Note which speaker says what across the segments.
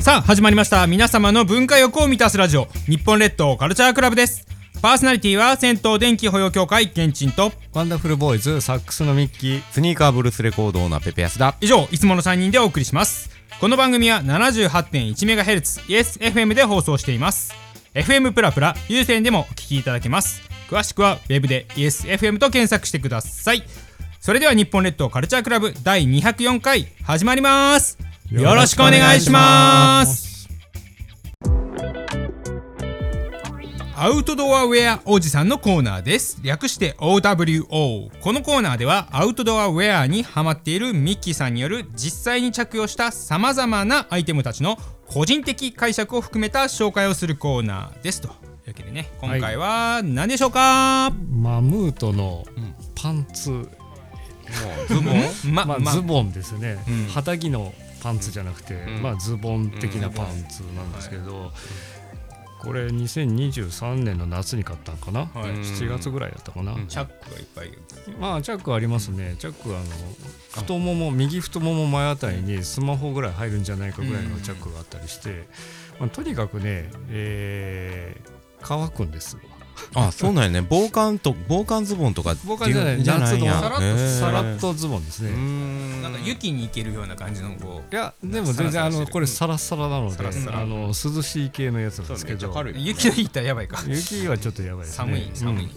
Speaker 1: さあ始まりました皆様の文化欲を満たすラジオ日本列島カルチャークラブですパーソナリティは銭湯電気保養協会けんちんと
Speaker 2: ワンダフルボーイズ、サックスのミッキー、スニーカーブルースレコードオーナーペペヤスだ。
Speaker 1: 以上いつもの3人でお送りしますこの番組は 78.1MHz イエス FM で放送しています FM プラプラ有線でもお聞きいただけます詳しくはウェブでイエス FM と検索してくださいそれでは日本列島カルチャークラブ第204回始まりますよろしくお願いしますアウトドアウェアおじさんのコーナーです略して OWO このコーナーではアウトドアウェアにハマっているミッキーさんによる実際に着用したさまざまなアイテムたちの個人的解釈を含めた紹介をするコーナーですというわけでね今回は何でしょうか、
Speaker 3: マムートのパン
Speaker 2: ズ
Speaker 3: ツ、
Speaker 2: ボン
Speaker 1: ま
Speaker 3: まあ、
Speaker 1: ま
Speaker 3: ズボンですね、
Speaker 1: うん
Speaker 3: 肌着のパンツじゃなくて、
Speaker 2: ん
Speaker 3: まあ、ズボン的なパンツなんですけど、これ2023年の夏に買ったのかな、
Speaker 1: はい
Speaker 3: 7月ぐらいだったかな、
Speaker 1: チャックがいっぱい
Speaker 3: まあチャックありますねチャックはあの太もも右太もも前あたりにスマホぐらい入るんじゃないかぐらいのチャックがあったりして、まあ、とにかくね、えー乾くんですよ
Speaker 2: あ、そうなんやね。防寒と、防寒ズボンとかっていう。
Speaker 3: 防寒じゃない
Speaker 2: んや
Speaker 3: 夏
Speaker 1: の
Speaker 2: へー
Speaker 3: さらっとズボンですね、
Speaker 2: うーん
Speaker 1: なんか雪に行けるような感じのこ
Speaker 3: いやでも全
Speaker 1: サラサラ
Speaker 3: 然あ
Speaker 1: して
Speaker 3: の
Speaker 1: る
Speaker 3: これサラサラなので
Speaker 1: サラサラ
Speaker 3: あの涼しい系のやつなんですけど
Speaker 1: う雪の日行ったらやばいか
Speaker 3: 雪はちょっとやばいですね
Speaker 1: 寒い寒い、
Speaker 3: うん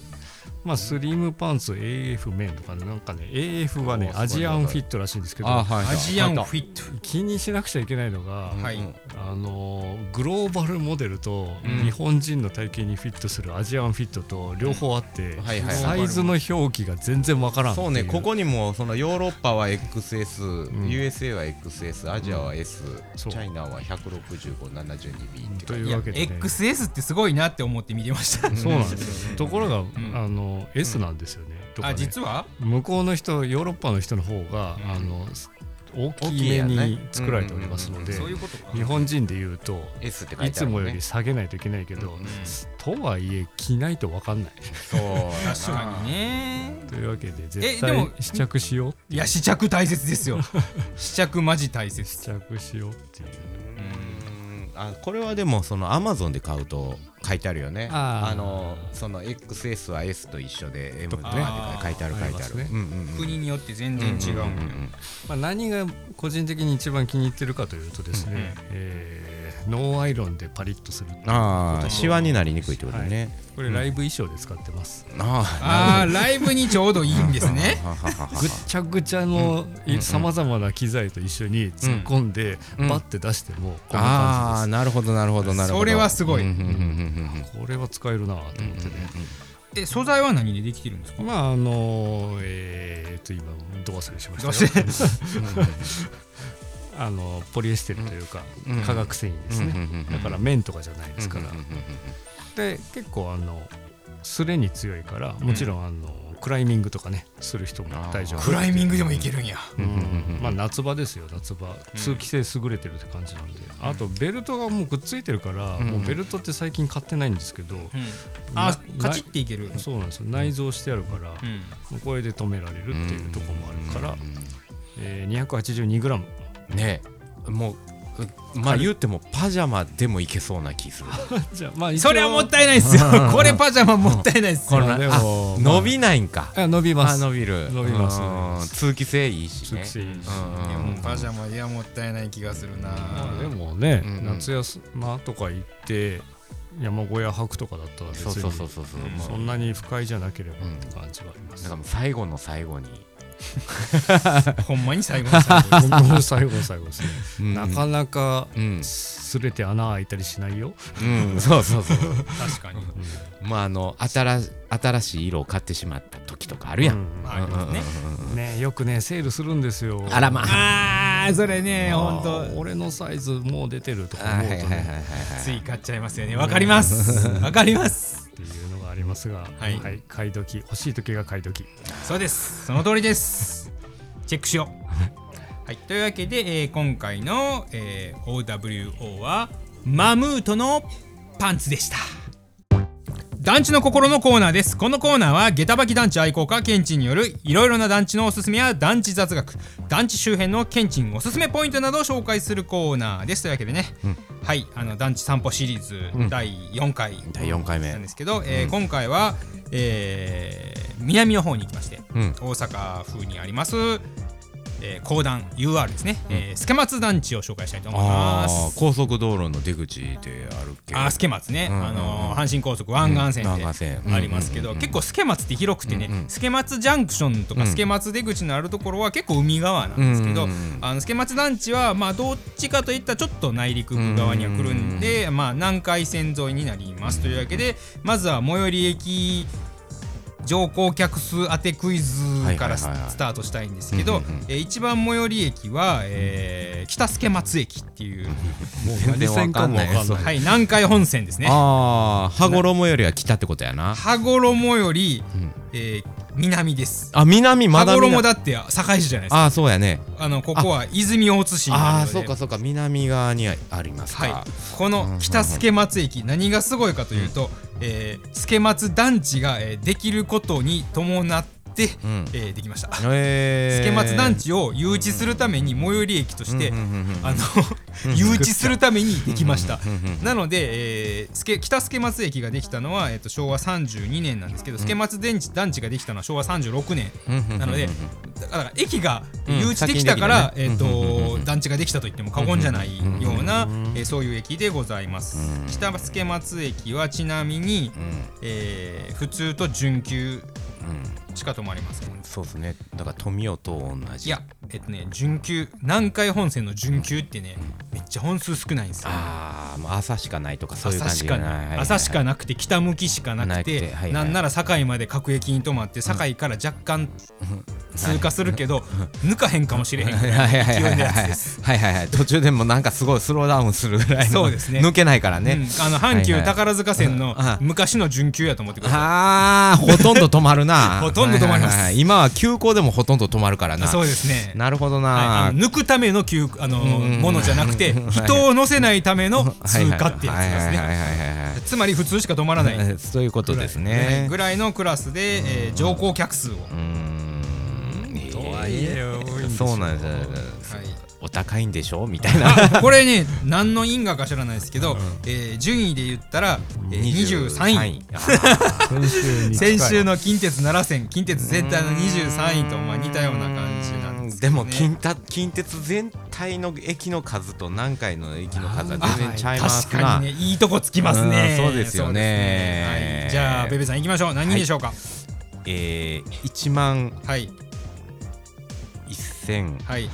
Speaker 3: まあスリムパンツ AF メンとかねなんかね AF は
Speaker 2: お
Speaker 3: ね
Speaker 2: ー
Speaker 3: アジアンフィットらしいんですけど
Speaker 2: あ、は
Speaker 1: ア
Speaker 2: い。
Speaker 1: ジアンフィット
Speaker 3: 気にしなくちゃいけないのが、
Speaker 1: はい
Speaker 2: うん
Speaker 3: あのグローバルモデルと
Speaker 1: うん
Speaker 3: 日本人の体型にフィットするアジアンフィットと両方あって、
Speaker 2: はいはい
Speaker 3: サイズの表記が全然わからんってい
Speaker 2: そうね、ここにも、そのヨーロッパは XS、
Speaker 3: ん
Speaker 2: USA は XS、アジアは S、チ
Speaker 3: そう
Speaker 2: ャイナは165、72B って
Speaker 3: と
Speaker 2: 感じ。
Speaker 3: いう
Speaker 1: いや
Speaker 3: わけで、ね、
Speaker 1: XS ってすごいなって思って見てました
Speaker 3: そうなんですよところが、
Speaker 1: ん
Speaker 3: あの S なんですよね、とか
Speaker 1: あ
Speaker 3: ね
Speaker 1: 実は
Speaker 3: 向こうの人ヨーロッパの人の方が、
Speaker 1: うん
Speaker 3: あの大
Speaker 2: 大
Speaker 3: き
Speaker 2: きい
Speaker 3: め
Speaker 2: やね
Speaker 3: に作られておりますので、
Speaker 1: そういうことか
Speaker 3: 日本人で言うと
Speaker 2: S って書い
Speaker 3: い
Speaker 2: て
Speaker 3: つ
Speaker 2: ある
Speaker 3: も
Speaker 2: もん
Speaker 3: よ
Speaker 2: ね
Speaker 3: り。下げないといけないけど、とはいえ着ないと分かんない
Speaker 2: そうや
Speaker 1: 確かにね
Speaker 3: というわけで
Speaker 1: え
Speaker 3: 絶
Speaker 1: でも
Speaker 3: 対試着しよう
Speaker 1: いや試着大切ですよ 試着マジ大
Speaker 3: 試
Speaker 1: 切
Speaker 3: 着しようっていう
Speaker 2: うんあこれはでもそのアマゾンで買うと書いてあるよね
Speaker 3: あ
Speaker 2: あ
Speaker 3: ー
Speaker 2: のその XS は S と一緒で M とね
Speaker 1: あー
Speaker 2: 書いてある書いて
Speaker 3: ありま
Speaker 2: ある
Speaker 3: すね
Speaker 2: うんうんうん
Speaker 1: 国によって全然違うもんね
Speaker 3: まあ、何が個人的に一番気に入ってるかというとですね、えーノーアイロンでパリッとする
Speaker 2: ああシワになりにくいってことね
Speaker 3: これライブ衣装で使ってます、
Speaker 2: あ
Speaker 1: あーライブにちょうどいいんですね
Speaker 2: あはははは
Speaker 3: ぐっちゃぐちゃのさまざまな機材と一緒に突っ込んで、バッて出してもこんな感じ
Speaker 2: あー
Speaker 3: で
Speaker 2: なるほどなるほどなるほど
Speaker 1: それはすごい
Speaker 2: うんうんうんうん
Speaker 3: すこれは使えるなと思ってね、
Speaker 1: で素材は何でできてるんですか
Speaker 3: まああのえー、っと今どう忘れしま
Speaker 1: どう
Speaker 3: し
Speaker 1: したて
Speaker 3: よあのポリエステルというか、化学繊維ですね、
Speaker 2: うんうんうんうん
Speaker 3: だから綿とかじゃないですから、
Speaker 2: うんうんうん
Speaker 3: で結構あのすれに強いからもちろんあのクライミングとかねする人も大丈夫
Speaker 1: クライミングでもいけるんや
Speaker 3: うんまあ夏場ですよ夏場通気性優れてるって感じなんで、あとベルトがもうくっついてるから、もうベルトって最近買ってないんですけど、
Speaker 1: あ
Speaker 3: な
Speaker 1: カチッていける
Speaker 3: そうなんですよ内蔵してあるから、も
Speaker 1: うん
Speaker 3: うこれで止められるっていうところもあるから、えー、282g
Speaker 2: うんねもうまあ言うてもパジャマでもいけそうな気する
Speaker 3: じゃあまあ
Speaker 1: それはもったいないっすよ これパジャマもったいないっす
Speaker 3: こ
Speaker 1: よ
Speaker 3: れで
Speaker 2: あ
Speaker 3: も
Speaker 2: 伸びないんか
Speaker 3: あ伸びま
Speaker 2: あ
Speaker 3: す
Speaker 2: 伸びる
Speaker 3: 伸びますね
Speaker 2: うん通気性いいし
Speaker 3: 通
Speaker 2: ね
Speaker 3: 気性いいし
Speaker 1: いや
Speaker 2: う
Speaker 1: も
Speaker 2: ん
Speaker 1: うパジャマではもったいない気がするな
Speaker 3: まあでもね、
Speaker 2: うんうん
Speaker 3: 夏休まとか行って山小屋泊とかだったら別
Speaker 2: そう
Speaker 3: に
Speaker 2: そうそうそうそう
Speaker 3: うん
Speaker 2: もう
Speaker 3: そんなに不快じゃなければって感じはあります、
Speaker 2: なんかもう最後の最後に
Speaker 1: ほんまに最後の最後
Speaker 3: 本当に最後の最後ですね、
Speaker 2: うん
Speaker 3: なかなか
Speaker 2: うん
Speaker 3: すれて穴開いたりしないよ、
Speaker 2: うん そうそうそう
Speaker 1: 確かに
Speaker 2: まああの新し新しい色を買ってしまった時とかあるやん
Speaker 3: うん
Speaker 1: まあありますね
Speaker 3: ねよくねセールするんですよ
Speaker 2: あらまあ
Speaker 1: あーそれね
Speaker 3: あ
Speaker 1: ほ
Speaker 3: ー
Speaker 1: んと
Speaker 3: 俺のサイズもう出てるとか
Speaker 2: は
Speaker 3: 思う
Speaker 2: い
Speaker 3: と
Speaker 2: はい
Speaker 3: ね、
Speaker 2: はいはい
Speaker 3: っ
Speaker 2: はい
Speaker 1: つい買っちゃいますよねわかりますわかります
Speaker 3: ていうのがありますが、
Speaker 1: は
Speaker 3: はいい買い時欲しい時が買い時
Speaker 1: そうですその通りですチェックしようはいというわけで、えー今回の、えー OWO はマムートのパンツでした団地の心のコーナーですこのコーナーは下駄履き団地愛好家ケンチンによるいろいろな団地のおすすめや団地雑学団地周辺のケンチンおすすめポイントなどを紹介するコーナーですというわけでね、はいあの団地散歩シリーズ第4回
Speaker 2: 第4回
Speaker 1: なん
Speaker 2: 目
Speaker 1: ですけど、えー今回は、えー南の方に行きまして、
Speaker 2: うん
Speaker 1: 大阪風にあります、えー、高段 UR ですね、えー、スケマツ団地を紹介したいと思いま
Speaker 2: ああ
Speaker 1: す。
Speaker 2: 高速道路の出口であるけど
Speaker 1: あースケマツね、
Speaker 2: うん
Speaker 1: あのー阪神高速湾岸線
Speaker 2: うん湾岸
Speaker 1: で
Speaker 2: 線うん
Speaker 1: ありますけど、
Speaker 2: うん
Speaker 1: 結構スケマツって広くてね、
Speaker 2: うんうん
Speaker 1: スケマツジャンクションとか、
Speaker 2: うん
Speaker 1: スケマツ出口のあるところは結構海側なんですけど、
Speaker 2: うんうんうん
Speaker 1: あのスケマツ団地はまあどっちかといったらちょっと内陸部側には来るんで、まあ南海線沿いになりますというわけでまずは最寄り駅乗降客数当てクイズからス
Speaker 2: はいはいはいはい
Speaker 1: スタートしたいんですけど、
Speaker 2: うんうんうん
Speaker 1: えー一番最寄り駅は、えー北助松駅っていう、
Speaker 3: もう
Speaker 2: 全然わかんない
Speaker 3: 何線かもわかんない
Speaker 1: はい、南海本線ですね。
Speaker 2: ああ羽衣よりは北ってことやな
Speaker 1: 羽衣より、
Speaker 2: ん
Speaker 1: えー南です。
Speaker 2: あ南ま
Speaker 1: 羽
Speaker 2: だ
Speaker 1: 衣
Speaker 2: 南
Speaker 1: だって堺市じゃないですか。
Speaker 2: ああそうやね
Speaker 1: あのここは泉大津市に
Speaker 2: あ
Speaker 1: なる
Speaker 2: あ
Speaker 1: の
Speaker 2: そう
Speaker 1: で
Speaker 2: かそうか南側にあります
Speaker 1: は
Speaker 2: か
Speaker 1: い、この北助松駅何がすごいかというと、えー助松団地が、えーできることに伴って、
Speaker 2: うん
Speaker 1: えーできました。
Speaker 2: え
Speaker 1: 助松団地を誘致するために最寄り駅として、あの誘致するためにできました
Speaker 2: うんうんうんうん。
Speaker 1: なので、えー、助北助松駅ができたのは、えー、と昭和32年なんですけど助松電池団地ができたのは昭和36年なのでだから駅が
Speaker 2: うん
Speaker 1: 誘致できたから、
Speaker 2: 先に
Speaker 1: え
Speaker 2: で
Speaker 1: ー
Speaker 2: きたねうんうんうん
Speaker 1: と
Speaker 2: うん
Speaker 1: 団地ができたと言っても過言じゃないような、
Speaker 3: うんうんうん
Speaker 1: えーそういう駅でございます。
Speaker 2: うん
Speaker 1: 北助松駅はちなみに、えー普通と準急しか止まりません。
Speaker 2: そうですねだから富雄と同じ
Speaker 1: いや、えっとね、準急、南海本線の準急ってね、めっちゃ本数少ないんですよ。
Speaker 2: ああ朝しかないとかそういう
Speaker 1: 朝
Speaker 2: 感
Speaker 1: し
Speaker 2: じ
Speaker 1: か
Speaker 2: が
Speaker 1: な
Speaker 2: ないい
Speaker 1: 朝しかなくて北向きしかなくて
Speaker 2: なくてはいはい
Speaker 1: なんなら堺まで各駅に止まって堺から若干通過するけど抜かへんかもし れへんぐ
Speaker 2: はい
Speaker 1: ら
Speaker 2: はいい
Speaker 1: の
Speaker 2: はい
Speaker 1: 勢いのやつ
Speaker 2: は
Speaker 1: で
Speaker 2: い
Speaker 1: す。
Speaker 2: はいはいはい途中でもなんかすごいスローダウンするぐらいの
Speaker 1: そうですね
Speaker 2: 抜けないからね、
Speaker 1: うんあの阪急
Speaker 2: はいはい
Speaker 1: 宝塚線の
Speaker 2: うん
Speaker 1: 昔の準急やと思ってくださ
Speaker 2: あーほとんど止まるな
Speaker 1: ほとんど止まります
Speaker 2: はいはいはい今は急行でもほとんど止まるから
Speaker 1: い。
Speaker 2: な
Speaker 1: そうですね。
Speaker 2: なるほどな、
Speaker 1: はいあの抜くための急あの
Speaker 2: うんうん
Speaker 1: ものじゃなくて人を乗せないための通過ってやつです
Speaker 2: はい
Speaker 1: ね。
Speaker 2: はいはいはいはい
Speaker 1: つまり普通しか止まらない
Speaker 2: はいはいそういうことですね。
Speaker 1: ぐらいのクラスで、えー乗降客数を。
Speaker 2: うーん。
Speaker 3: とはいえ多いんですよ
Speaker 2: そうなんですよ。
Speaker 1: はい
Speaker 2: お高いんでしょみたいな。
Speaker 1: あこれね何の因果か知らないですけど、えー順位で言ったら、えー23位。
Speaker 2: あ
Speaker 3: 先週に近い
Speaker 1: 先週の近鉄奈良線近鉄全体の23位とまあ似たような感じなんです
Speaker 2: で
Speaker 1: けど
Speaker 2: も
Speaker 1: ね
Speaker 2: 近鉄近鉄全体の駅の数と南海の駅の数は
Speaker 1: あ
Speaker 2: 全然ちゃいます
Speaker 1: 確か
Speaker 2: な
Speaker 1: にね。いいとこつきますね
Speaker 2: うんそうです
Speaker 1: そ
Speaker 2: よね
Speaker 1: うですねはい、じゃあベベさん行きましょう何位でしょうか
Speaker 2: えー一万
Speaker 1: はい
Speaker 2: 一千
Speaker 1: はい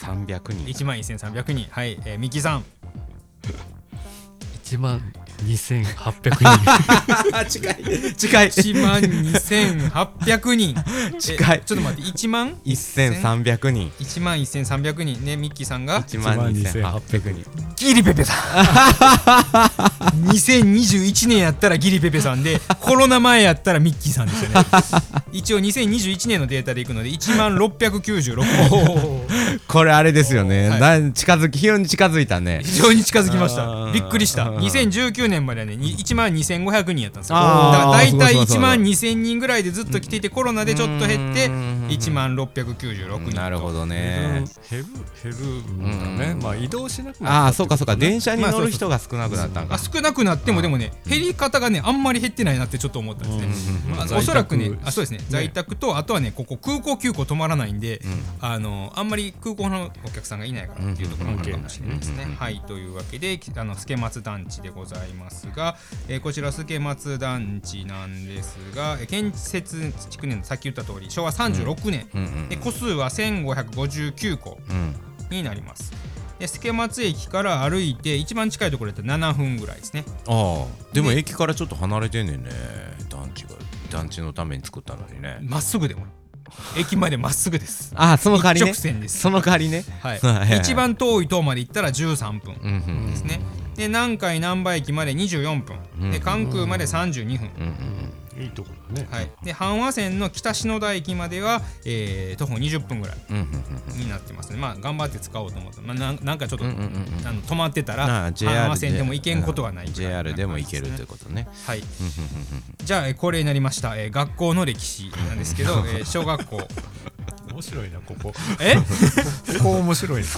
Speaker 2: 三百人。
Speaker 1: 1万1300人はい、えー、ミキさん
Speaker 3: 1万2800
Speaker 2: あ近い近 い。
Speaker 1: 1万2800人
Speaker 2: 近い
Speaker 1: えちょっと待って1万
Speaker 2: 一千三百人。
Speaker 1: 1万1300人ねミッキーさんが
Speaker 2: 一
Speaker 3: 人2800人
Speaker 1: ギリペペさん 2021年やったらギリペペさん でコロナ前やったらミッキーさんですよね一応2021年のデータでいくので1万696人
Speaker 2: これあれですよね。
Speaker 1: はい
Speaker 2: だ近づき非常に近づいたね。
Speaker 1: 非常に近づきまし
Speaker 2: あ
Speaker 1: た
Speaker 2: ー
Speaker 1: びっくりした2019年まではねに1万2500人やったんですよだ
Speaker 2: あー
Speaker 1: から大体
Speaker 2: そうそうそうそ
Speaker 1: 1
Speaker 2: う
Speaker 1: 万2000人ぐらいでずっと来ていてコロナでちょっと減って
Speaker 2: うん
Speaker 1: 1万696人
Speaker 2: なるほど
Speaker 3: 減
Speaker 2: ね
Speaker 3: る。減るんだね、
Speaker 2: うん
Speaker 3: まあ移動しなくな
Speaker 2: あ
Speaker 3: っ
Speaker 2: あそうかそうか電車に
Speaker 1: まあ
Speaker 2: 乗る人が少なくなったん
Speaker 1: あ
Speaker 2: か。
Speaker 1: 少なくなってもでもね減り方がねあんまり減ってないなってちょっと思ったんですね、まあおそらくね
Speaker 3: 在宅
Speaker 1: あそうですね
Speaker 3: ね
Speaker 1: 在宅とあとはねここ空港急行止まらないんで、
Speaker 2: ん
Speaker 1: あのあんまり空港のお客さんがいないからっていうところもあるかもしれないですね、
Speaker 2: うんうんうんうん
Speaker 1: はいというわけであの助松団地でございますが、えーこちら助松団地なんですがえー建設築年のさっき言った通り昭和36年、
Speaker 2: うんうん
Speaker 1: で個数は1559個、
Speaker 2: うん
Speaker 1: になります。で、助松駅から歩いて一番近いところだったら7分ぐらいですね。
Speaker 2: ああでも駅からちょっと離れてんねんね団地が団地のために作ったのにね
Speaker 1: まっすぐでも。駅までまっすぐです。
Speaker 2: ああ その代わり
Speaker 1: 一
Speaker 2: ね
Speaker 1: 直線です。
Speaker 2: その代わりね
Speaker 1: はい
Speaker 2: はいはいは。い
Speaker 1: 一番遠い塔まで行ったら13分
Speaker 2: うんうん
Speaker 1: ですね。で、南海南波駅まで24分。で、関空まで32分。
Speaker 2: うんうん
Speaker 3: いいとこだね、
Speaker 1: はい、で阪和線の北篠田駅までは、えー徒歩20分ぐらい
Speaker 2: うんうんうん
Speaker 1: になってますね、まあ、頑張って使おうと思って、まあ、なんなんかちょっと、
Speaker 2: うんうんうん
Speaker 1: あの止まってた
Speaker 2: な
Speaker 1: ら
Speaker 2: あ
Speaker 1: 阪
Speaker 2: JR
Speaker 1: 和線でも行けんことはないぐらいな
Speaker 2: JR でも行ける
Speaker 1: 感
Speaker 2: と
Speaker 1: じ
Speaker 2: い
Speaker 1: で
Speaker 2: うことね
Speaker 1: すねはいじゃあえー恒例になりました、えー学校の歴史なんですけど、えー小学校
Speaker 3: 面白いなここ
Speaker 1: え
Speaker 3: ここ面白いな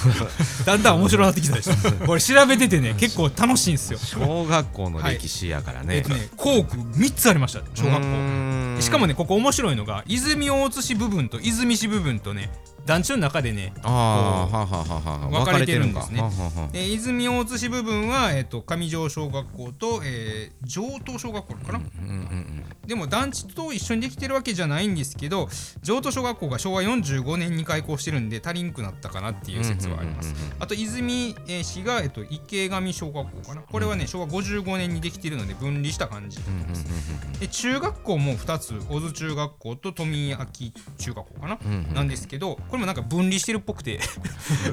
Speaker 1: だんだん面白くなってきたでしょこれ調べててね結構楽しいんですよ
Speaker 2: 小学校の歴史やから
Speaker 1: えっ
Speaker 2: ね
Speaker 1: とね校区3つありました小学校
Speaker 2: 校
Speaker 1: しかも
Speaker 2: ね
Speaker 1: ねここ面白いのが泉大津市部分と泉市部分とね団地の中でね
Speaker 2: ああはあはあはあ
Speaker 1: 分かれてるんですね
Speaker 2: 分かれてるんかはあはあはあ
Speaker 1: で泉大津市部分は、えっと上条小学校と、えー上東小学校かな、
Speaker 2: うんうんうん
Speaker 1: でも団地と一緒にできてるわけじゃないんですけど上東小学校が昭和45年に開校してるんで足りんくなったかなっていう説はあります、
Speaker 2: うんうんうんうん
Speaker 1: あと泉えー市が、えっと池上小学校かなこれはね昭和55年にできてるので分離した感じになってます、で中学校も2つ小津中学校と富明中学校かな、
Speaker 2: んうん
Speaker 1: なんですけどこれもなんか分離してるっぽくて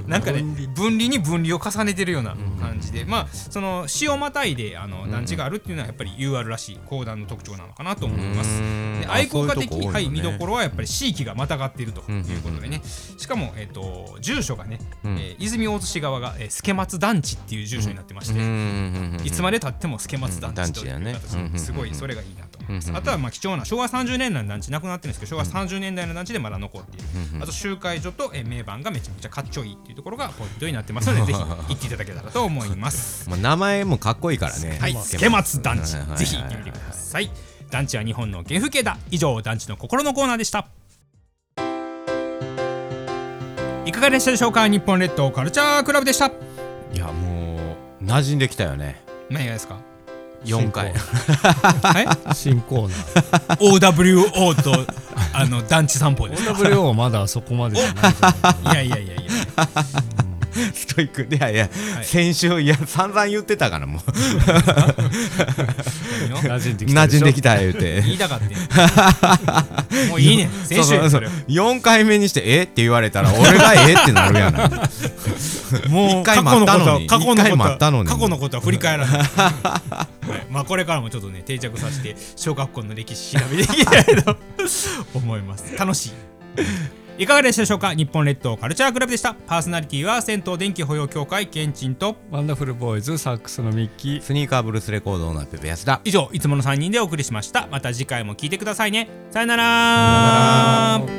Speaker 1: なんかね分離に分離を重ねてるような感じで、まあその市をまたいであの団地があるっていうのはやっぱり UR らしい講談の特徴なのかなと思います
Speaker 2: うーん
Speaker 1: で
Speaker 2: あ
Speaker 1: 愛好家的
Speaker 2: そういうとこ多いのね
Speaker 1: はい、見どころはやっぱり地域がまたがっているということでね、しかも、えっと住所がね、
Speaker 2: うん
Speaker 1: えー泉大津市側が、えー、助松団地っていう住所になってまして、いつまでたっても助松団地という
Speaker 2: うん団
Speaker 1: 形
Speaker 2: 地やね
Speaker 1: ですごいそれがいいなと思いま
Speaker 2: う
Speaker 1: す。
Speaker 2: ん
Speaker 1: あとはまあ貴重な昭和30年代の団地なくなってるんですけど昭和30年代の団地でまだ残っている。あと集会所とえー名盤がめちゃくちゃかっちょいいっていうところがポイントになってますのでぜひ行っていただけたらと思い ます。
Speaker 2: まあ名前もかっこいいからね
Speaker 1: はい、
Speaker 2: ス
Speaker 1: 助
Speaker 2: ケマ
Speaker 1: 松団地
Speaker 2: はいはいはい
Speaker 1: ぜひ行ってみてください。団地は日本の原風景だ。以上団地の心のコーナーでした。いかがでしたでしょうか日本列島カルチャークラブでした。
Speaker 2: いやもう馴染んできたよね
Speaker 1: 何が ですか
Speaker 2: 4回
Speaker 1: はい
Speaker 3: 新コーナー
Speaker 1: OWO と あの団地散歩です。
Speaker 3: OWO はまだそこまでじゃないと思うけど
Speaker 1: いやいやいやいや。
Speaker 2: ストイックいやいや、
Speaker 1: い
Speaker 2: 先週いや散々言ってたから もう
Speaker 1: いいの
Speaker 3: 馴染んできた
Speaker 2: 馴
Speaker 3: で
Speaker 2: 染ん
Speaker 3: しょ
Speaker 2: できた言う て
Speaker 1: 言いたかったよ。もういいねん。先週
Speaker 2: そう
Speaker 1: そ
Speaker 2: そう
Speaker 1: れ
Speaker 2: そう4回目にしてえって言われたら俺がえってなるやない
Speaker 1: も
Speaker 2: 一回待ったのに
Speaker 1: 過去の
Speaker 2: 一回
Speaker 1: こと
Speaker 2: 待
Speaker 1: は
Speaker 2: ったのに
Speaker 1: 過去のことは振り返ら ない。はいまあこれからもちょっとね定着させて小学校の歴史調べていきたいと 思います。楽しい。いかがでしたでしょうか。日本列島カルチャークラブでした。パーソナリティは銭湯電気保養協会ケンチンと
Speaker 3: ワンダフルボーイズサックスのミッキ ー
Speaker 2: スニーカーブルースレコードのペペヤスだ
Speaker 1: 以上いつもの3人でお送りしました。また次回も聞いてくださいね。さよなら